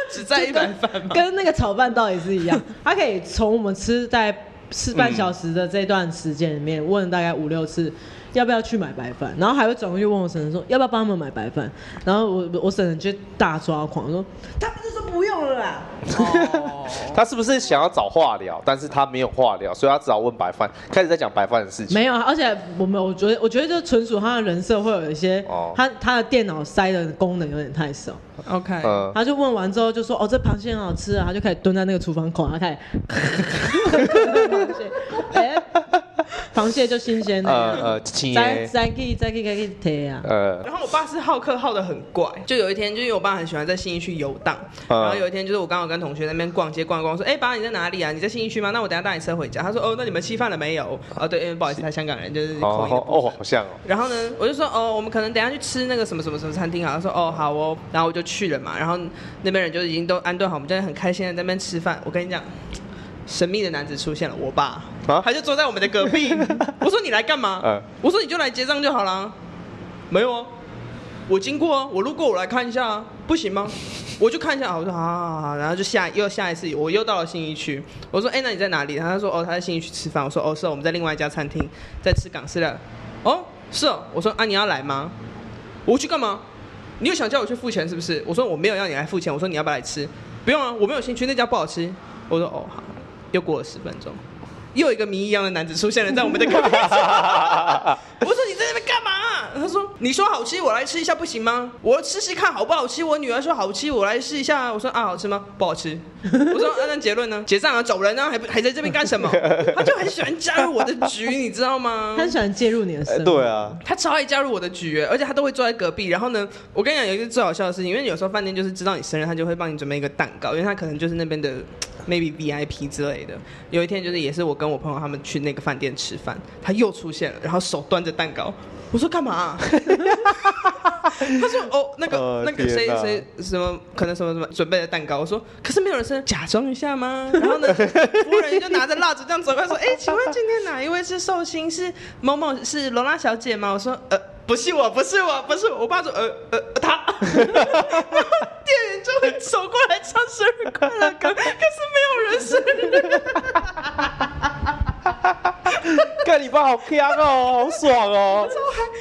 只在一百 饭吗？
跟那个炒饭道理是一样，他可以从我们吃大概四半小时的这段时间里面问大概五六次。要不要去买白饭？然后还会转过去问我婶婶说要不要帮他们买白饭？然后我我婶婶就大抓狂说他们就说不用了啦，
哦
他是不是想要找话聊，但是他没有话聊，所以他只好问白饭，开始在讲白饭的事情。
没有，啊，而且我们我觉得，我觉得就纯属他的人设会有一些，
哦
他他的电脑塞的功能有点太少。
，OK，
嗯，
他就问完之后就说：“哦，这螃蟹很好吃啊！”他就开始蹲在那个厨房口，他开始螃蟹， 哎，螃蟹就新鲜
呃
的，
呃， 亲
再
爷，
再给再给再给贴啊！
呃，
然后我爸是好客，好的很怪。就有一天，就因为我爸很喜欢在信义区游荡，
嗯
然后有一天就是我刚好跟同学在那边逛街逛一逛，说：“哎、爸，你在哪里啊？你在信义区吗？那我等下带你车回家。”他说：“哦，那你们吃饭了没有？”哦，对，因为不好意思，他香港人，就是口
哦
音的
哦
部
哦，
分。
好 像哦，
然后呢，我就说哦，我们可能等一下去吃那个什么什么什么餐厅啊。他说哦，好哦，然后我就去了嘛。然后那边人就已经都安顿好，我们就很开心的在那边吃饭。我跟你讲，神秘的男子出现了，我爸，
啊
他就坐在我们的隔壁。我说你来干嘛？
嗯
我说你就来结账就好啦。没有啊，我经过啊，我路过，我来看一下啊，不行吗？我就看一下，啊我说好好好好，然后就下又下一次，我又到了信义区，我说哎、那你在哪里？他说哦，他在信义区吃饭。我说哦，是哦，我们在另外一家餐厅在吃港式料理。哦，是哦，我说啊，你要来吗？我去干嘛？你又想叫我去付钱是不是？我说我没有要你来付钱，我说你要不要来吃？不用啊，我没有兴趣，那家不好吃。我说哦好，又过了十分钟，又有一个谜一样的男子出现了在我们的客厅。我说你在那边干嘛、他说你说好吃，我来吃一下不行吗？我吃吃看好不好吃。我女儿说好吃，我来试一下啊。我说啊，好吃吗？不好吃。我说啊那结论呢？结账啊，走人啊，还不还在这边干什么？他就很喜欢加入我的局，你知道吗？
他很喜欢介入你的
哎
生活，
对，啊，
他超爱加入我的局耶，而且他都会坐在隔壁。然后呢，我跟你讲有一个最好笑的事情，因为有时候饭店就是知道你生日，他就会帮你准备一个蛋糕，因为他可能就是那边的 maybe VIP 之类的。有一天就是也是我跟我朋友他们去那个饭店吃饭，他又出现了，然后手端着蛋糕，我说干嘛啊、他说 哦那个、
呃
那个谁
天哪
谁什么可能什么什么准备的蛋糕，我说可是没有人生，假装一下吗？ 然后呢，服务人员就拿着蜡烛这样走过来说，哎、请问今天哪一位是寿星？是某某是罗拉小姐吗？我说呃不是我，不是我，不是我。我爸说呃呃他， 然后店员就会走过来唱生日快乐歌，可是 没有人生日。
看你爸好香哦，好爽 哦，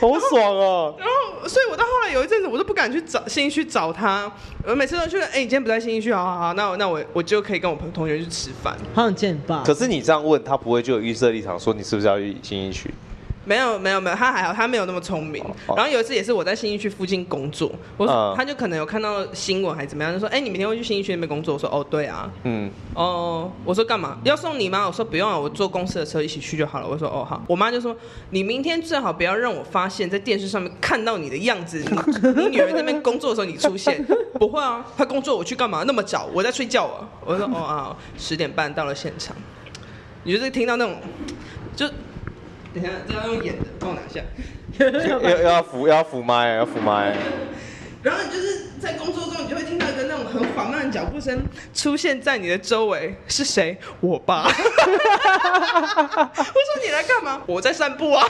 好爽哦，
然后，所以我到后来有一阵子，我都不敢去找新义区找他。我每次都去，哎、你今天不在新义区，好好好，那我那我我就可以跟我朋同学去吃饭。
好想见你爸。
可是你这样问他，不会就有预设立场，说你是不是要去新一区？
没有没有没有，他还好，他没有那么聪明。
哦
然后有一次也是我在新义区附近工作，我、
嗯
他就可能有看到新闻还怎么样，就说：“哎、你明天会去新义区那边工作？”我说：“哦，对啊。
嗯，”
哦，我说干嘛？要送你吗？我说不用啊，我坐公司的车一起去就好了。我说哦好。我妈就说：“你明天最好不要让我发现，在电视上面看到你的样子，你你 女儿在那边工作的时候你出现。”不会啊，她工作我去干嘛？那么早，我在睡觉啊。我说：“哦啊，十点半到了现场。”你就是听到那种，就等一下这要用演的，帮我拿一下。
要要要扶要扶麦，要扶麦，
然后你就是在工作中，你就会听到一个那种很缓慢的脚步声出现在你的周围，是谁？我 爸。我说你来干嘛？我在散 步啊。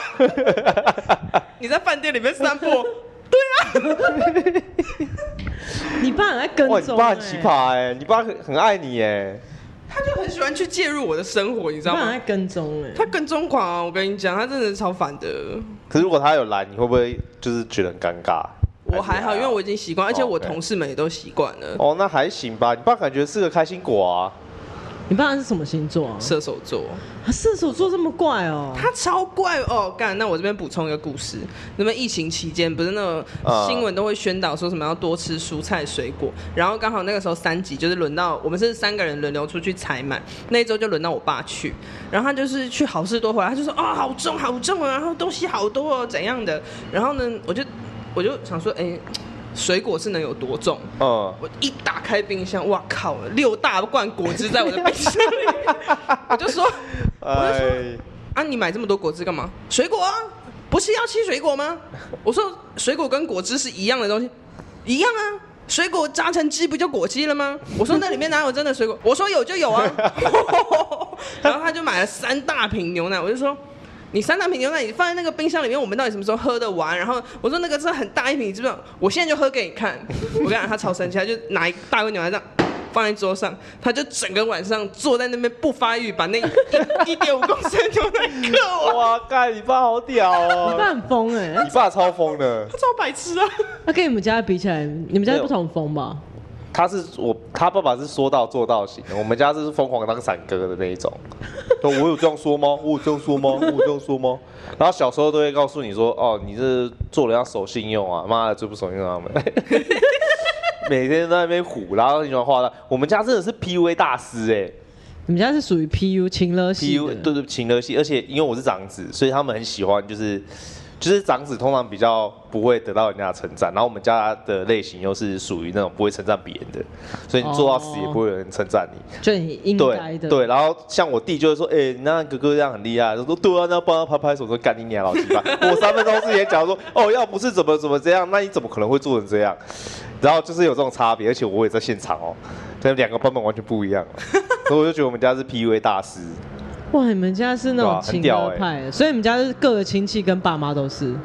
你在饭店里面散步？
你爸很爱跟
哇，你
踪，
爸
哎
很奇，葩哎，你爸很很爱你哎，
他就很喜欢去介入我的生活，你知
你
道
爸很
吗
爱？跟踪哎，
他跟踪狂啊！我跟你讲，他真的是超烦的。
可是如果他有来，你会不会就是觉得很尴尬？
我还好，因为我已经习惯，而且我
哎啊哦，OK
同事们也都习惯了。
哦，那还行吧。你爸感觉是个开心果啊，
你爸爸是什么星座啊？
射手座，
啊射手座这么怪哦、
他超怪哦！干，那我这边补充一个故事。那么疫情期间，不是那种
啊
新闻都会宣导说什么要多吃蔬菜水果，然后刚好那个时候三级就是轮到我们是三个人轮流出去采买，那一周就轮到我爸去，然后他就是去好事多回来，他就说啊、好重好重啊，然后东西好多哦怎样的，然后呢我就我就想说哎、水果是能有多重？
嗯，
我一打开冰箱，哇靠！六大罐果汁在我的冰箱里，我就说
哎，
啊，你买这么多果汁干嘛？水果啊，不是要吃水果吗？我说水果跟果汁是一样的东西，一样啊。水果榨成汁不就果汁了吗？我说那里面哪有真的水果？我说有就 有啊。然后他就买了三大瓶牛奶，我就说。你三大瓶牛奶，你放在那个冰箱里面，我们到底什么时候喝得完？然后我说那个真的很大一瓶，你知不知道？我现在就喝给你看。我跟你讲，他超生气，他就拿一大罐牛奶这样放在桌上，他就整个晚上坐在那边不发育，把那一 点五公升的牛奶喝完。
哎哇，干，你爸好屌
你爸
哦！
很疯哎、
你爸超疯的，
他超白痴啊！
那跟你们家比起来，你们家不同风吧？
他是我，他爸爸是说到做到型的，我们家是疯狂当伞哥的那一种。我有这样说吗？ 我有这样说吗？我有这样说吗？然后小时候都会告诉你说，哦，你这做人要守信用啊，妈的，最不守信用他们。 每天在那边唬，然后你喜欢画的，我们家真的是 PUA 大师哎、
你们家是属于 PU 情乐
P
系
U
的，
对对情乐系，而且因为我是长子，所以他们很喜欢，就是就是长子通常比较不会得到人家的称赞，然后我们家的类型又是属于那种不会称赞别人的，所以你做到死也不会有人称赞你。
就你哦应该
对
的。
对，然后像我弟就会说，哎、那哥哥这样很厉害，我说对啊，那帮他拍拍手说干你娘老鸡巴。 我三分钟之前讲说，哦，要不是怎么怎么这样，那你怎么可能会做成这样？然后就是有这种差别，而且我也在现场哦，这两个版本完全不一样，哦所以我就觉得我们家是 PUA 大师。
哇，你们家是
对
那种
啊很
情
屌
乐
欸
派、所以你们家是各个亲戚跟爸妈都是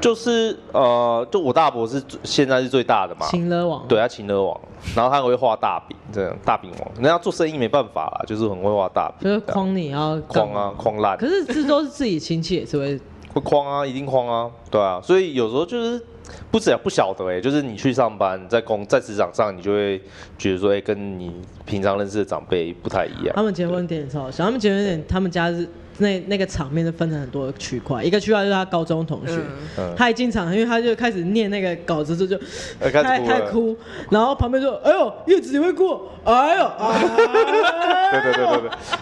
就是呃，就我大伯是最现在是最大的嘛，
情乐王。
对，他情乐王，然后他很会画大饼，这样大饼王，人家做生意没办法啦，就是很会画大饼，
就是
这样
框你要干
框
嘛
啊，框烂，
可是这都是自己亲戚也是会，
会框啊，一定框啊，对啊，所以有时候就是不只不晓得哎、就是你去上班，在工在职场上，你就会觉得说，哎、跟你平常认识的长辈不太一样
他，们结婚典礼超好笑，他们结婚典礼他们家是那那个场面是分成很多个区块，一个区块就是他高中同学。
嗯，
他一进场，因为他就开始念那个稿子，就就
呃开始
他
哭
他
了
哭，然后旁边就哎呦叶子你会哭，哎呦，
对对对对对
哎呦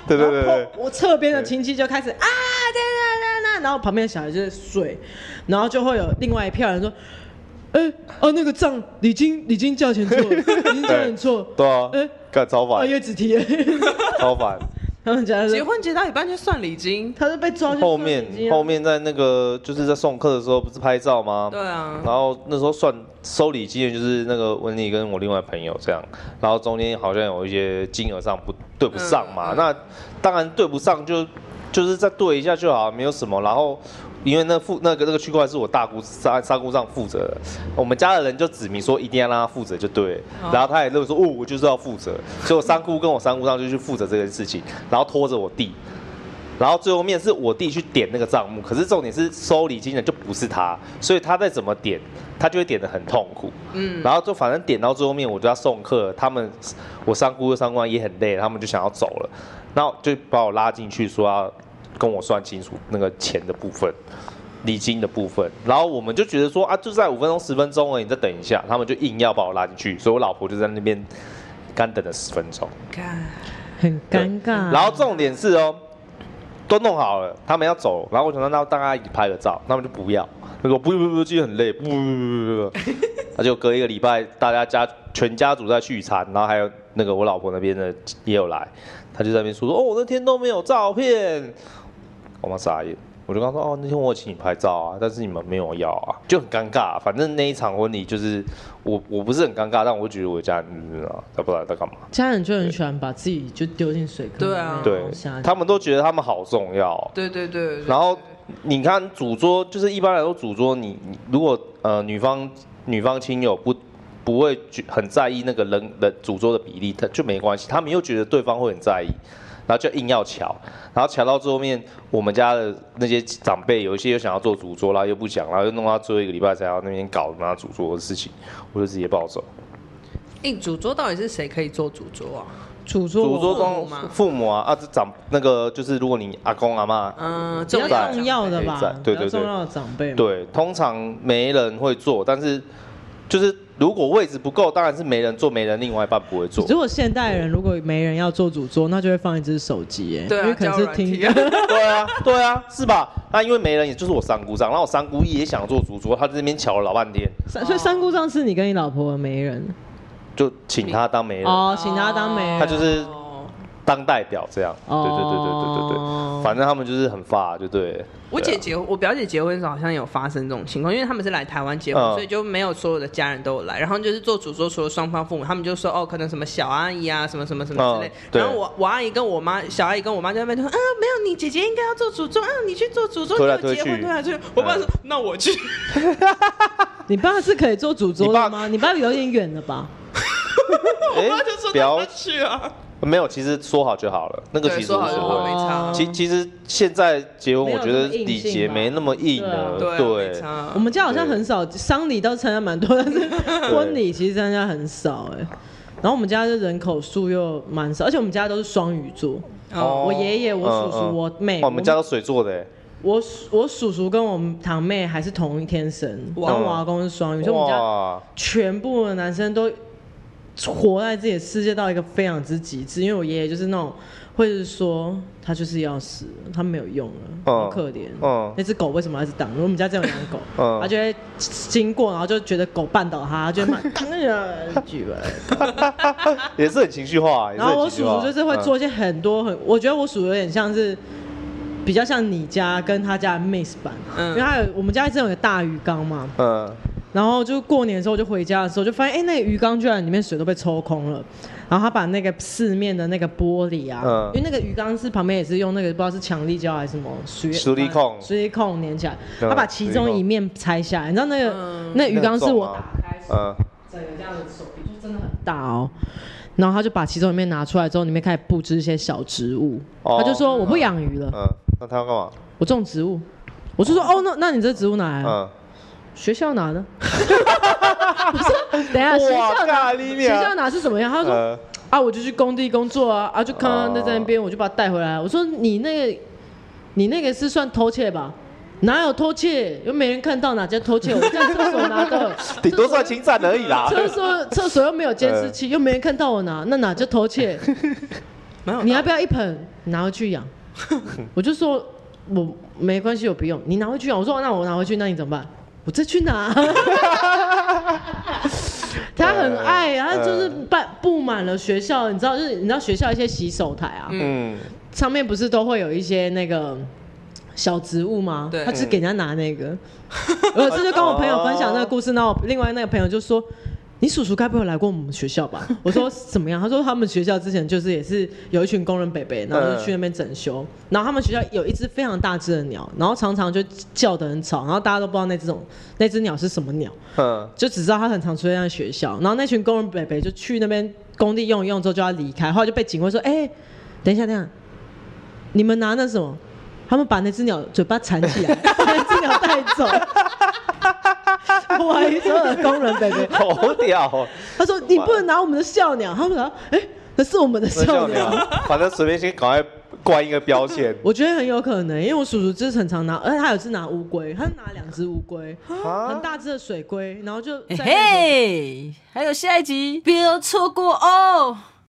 对对对对
然后我侧边的亲戚就开始啊，天啊天啊，然后旁边的小孩就是睡，然后就会有另外一票人说，哎、哦那个账礼金礼金价钱 错了，礼金价钱错，
对啊
哎，
干超
哦
烦
叶子提了，
超烦。
他们家
结
是，
婚结到一半就算礼金，
他就被抓去
后
算
面
礼金啊
后面在那个就是在送客的时候，不是拍照吗？
对啊
然后那时候算收礼金的就是那个文丽跟我另外朋友这样，然后中间好像有一些金额上不对不上嘛，
嗯嗯
那当然对不上就就是再对一下就好，没有什么。然后因为那负那个那个区块是我大姑三三姑丈负责的，我们家的人就指明说一定要让他负责就对了，
哦
然后他也认为说哦我就是要负责，所以我三姑跟我三姑丈就去负责这件事情，然后拖着我弟。然后最后面是我弟去点那个账目，可是重点是收礼金的就不是他，所以他再怎么点，他就会点的很痛苦。嗯，然后就反正点到最后面，我就要送客，他们我三姑三姑也很累，他们就想要走了，然后就把我拉进去说要跟我算清楚那个钱的部分。礼金的部分，然后我们就觉得说啊，就在五分钟、十分钟而已，你再等一下，他们就硬要把我拉进去，所以我老婆就在那边干等了十分钟。
看
很
对
尴尬，
然后重点是哦，都弄好了，他们要走，然后我想让他大家一起拍个照，他们就不要，他说不不不不，今天很累，不不不不不 不，那就隔一个礼拜，大家家全家族在聚餐，然后还有那个我老婆那边的也有来，他就在那边说说哦，我那天都没有照片，我妈傻眼。我就跟他说哦，那天我有请你拍照啊，但是你们没有要啊，就很尴尬、反正那一场婚礼就是我我不是很尴尬，但我就觉得我家人嗯啊，他不知道在干嘛。
家人就很喜欢把自己就丢进水坑里面，
对啊
对
然后下去
他们都觉得他们好重要哦、
对对对对，
然后你看主桌，就是一般来说主桌你，你如果呃女方女方亲友不不会觉很在意那个人人主桌的比例，他就没关系。他们又觉得对方会很在意，然后就硬要瞧，然后瞧到最后面，我们家的那些长辈有一些又想要做主桌啦，又不讲，然后又弄到最后一个礼拜才要那边搞拿主桌的事情，我就直接暴走。
哎，主桌到底是谁可以做主桌啊？
煮出
祖
我
宗
父母
中
嘛
父母啊啊，这长那个就是如果你阿公阿妈，
嗯，
比
在
较重要的
在
吧，
对
比较
对
重
对
要的长辈嘛。
对，通常没人会做，但是就是如果位置不够，当然是没人做，没人另外一半不会做。
如果现代人如果没人要做主桌，那就会放一只手机，哎，
对
因
啊，
为可能
交
是
友软
听
体啊，
对啊，对啊，是吧？那因为没人，也就是我三姑丈，然后我三姑也想做主桌，她在那边瞧了老半天，
三所以三
哦
姑丈是你跟你老婆的媒人
就请她当媒人，
哦，请他当媒人，
他就是
哦
当代表这样。对对对对对对
哦
对，反正他们就是很发，就对了。
我
对
姐
啊
结我表姐结婚的时候好像有发生这种情况，因为他们是来台湾结婚，
嗯
所以就没有所有的家人都有来。然后就是做主桌，除了双方父母，他们就说哦，可能什么小阿姨啊，什么什么什么之类。
嗯对
然后我我阿姨跟我妈，小阿姨跟我妈在那边就说啊，没有，你姐姐应该要做主桌啊，你去做主桌，
推来
你有结
推
婚
去嗯
对啊，就是我爸说、那我去，
你爸是可以做主桌
你爸
的吗？你爸有点远 了吧？
哎
我爸就说那
表
我去啊，
没有，其实说好就好了，那个
对
其实
说
无
好就
所
好，
谓
没。差。啊
其其实现在结婚，
没有
我觉得
那么硬
礼
性
节
吧
没那么硬了。
对啊，没
嗯对，
差
我。们家好像很少丧礼，倒是参加蛮多，但是婚礼其实参加很少哎。然后我们家的人口数又蛮少，而且我们家都是双鱼座，
哦
啊我爷爷我叔叔
嗯嗯
我妹
哇我们家都水做的欸，
我叔我叔叔跟我们堂妹还是同一天生，然
哇
后我阿公是双鱼，所以我们家
哇，
全部的男生都活在自己的世界到一个非常之极致。因为我爷爷就是那种会是说他就是要死了，他没有用了，
嗯
好可怜。
嗯
那只狗为什么要一直挡着？我们家只有养狗，
嗯
他就会经过，然后就觉得狗绊倒他，他就会骂挡人举吧。
也是很情绪化，也是
然后
很
我
情绪
叔
化
叔就是会做一些很多很，我觉得我叔叔有点像是。比较像你家跟他家的 miss 版，
嗯
因为他有我们家真的有个大鱼缸嘛，
嗯，
然后就过年的时候，我就回家的时候就发现，哎、那个鱼缸居然里面水都被抽空了。然后他把那个四面的那个玻璃啊，
嗯
因为那个鱼缸是旁边也是用那个不知道是强力胶还是什么水
疏力控
水力控粘起来，
嗯
他把其中一面拆下来。你知道那个、那鱼缸是我打开
嗯，嗯，
整个这样的手臂就真的很大哦。然后他就把其中一面拿出来之后，里面开始布置一些小植物。
哦
他就说我不养鱼了，
嗯，那他要干嘛？
我种植物。我就说哦，那那你这植物哪来的？
嗯，
学校拿 的。我说等一下，啊学校拿
咖喱
学校拿是什么样？他说、
啊呃，
啊，我就去工地工作啊，啊，就看到那在那边，我就把他带回来。我说你那个，你那个是算偷窃吧？哪有偷窃？又没人看到哪叫偷窃？我在厕所拿的
顶多呃算侵占而已 啦。
厕所厕所又没有监视器，又没人看到我拿，那哪叫偷窃？
没有，
你要不要一盆拿回去养？我就说我没关系，我不用，你拿回去养。我说那我拿回去，那你怎么办？我再去拿。他很爱，啊他就是办布满了学校，你知道，就是你知道学校一些洗手台啊，
嗯，
上面不是都会有一些那个小植物吗？
对
他就是给人家拿那个。我有一次就跟我朋友分享那个故事，那我另外那个朋友就说。你叔叔该不会来过我们学校吧？我说怎么样？他说他们学校之前就是也是有一群工人北北，然后就去那边整修，然后他们学校有一只非常大只的鸟，然后常常就叫得很吵，然后大家都不知道那只种那只鸟是什么鸟，
嗯，
就只知道他很常出现在学校，然后那群工人北北就去那边工地用一用之后就要离开，后来就被警卫说：“哎、等一下，等一下，你们拿那什么？”他们把那只鸟嘴巴缠起来，把那只鸟带走。我还所有的工人北北，
好屌哦，
他说：“你不能拿我们的笑鸟。”他们说：“哎、那是我们的
那
笑
叫你
鸟。”
啊，反正随便先赶快冠一个标签
我觉得很有可能，因为我叔叔就是很常拿，而且他有一次拿乌龟，他拿两只乌龟，很
啊。
大只的哎水龟，然后就在那个
嘿，还有下一集，不要错过哦。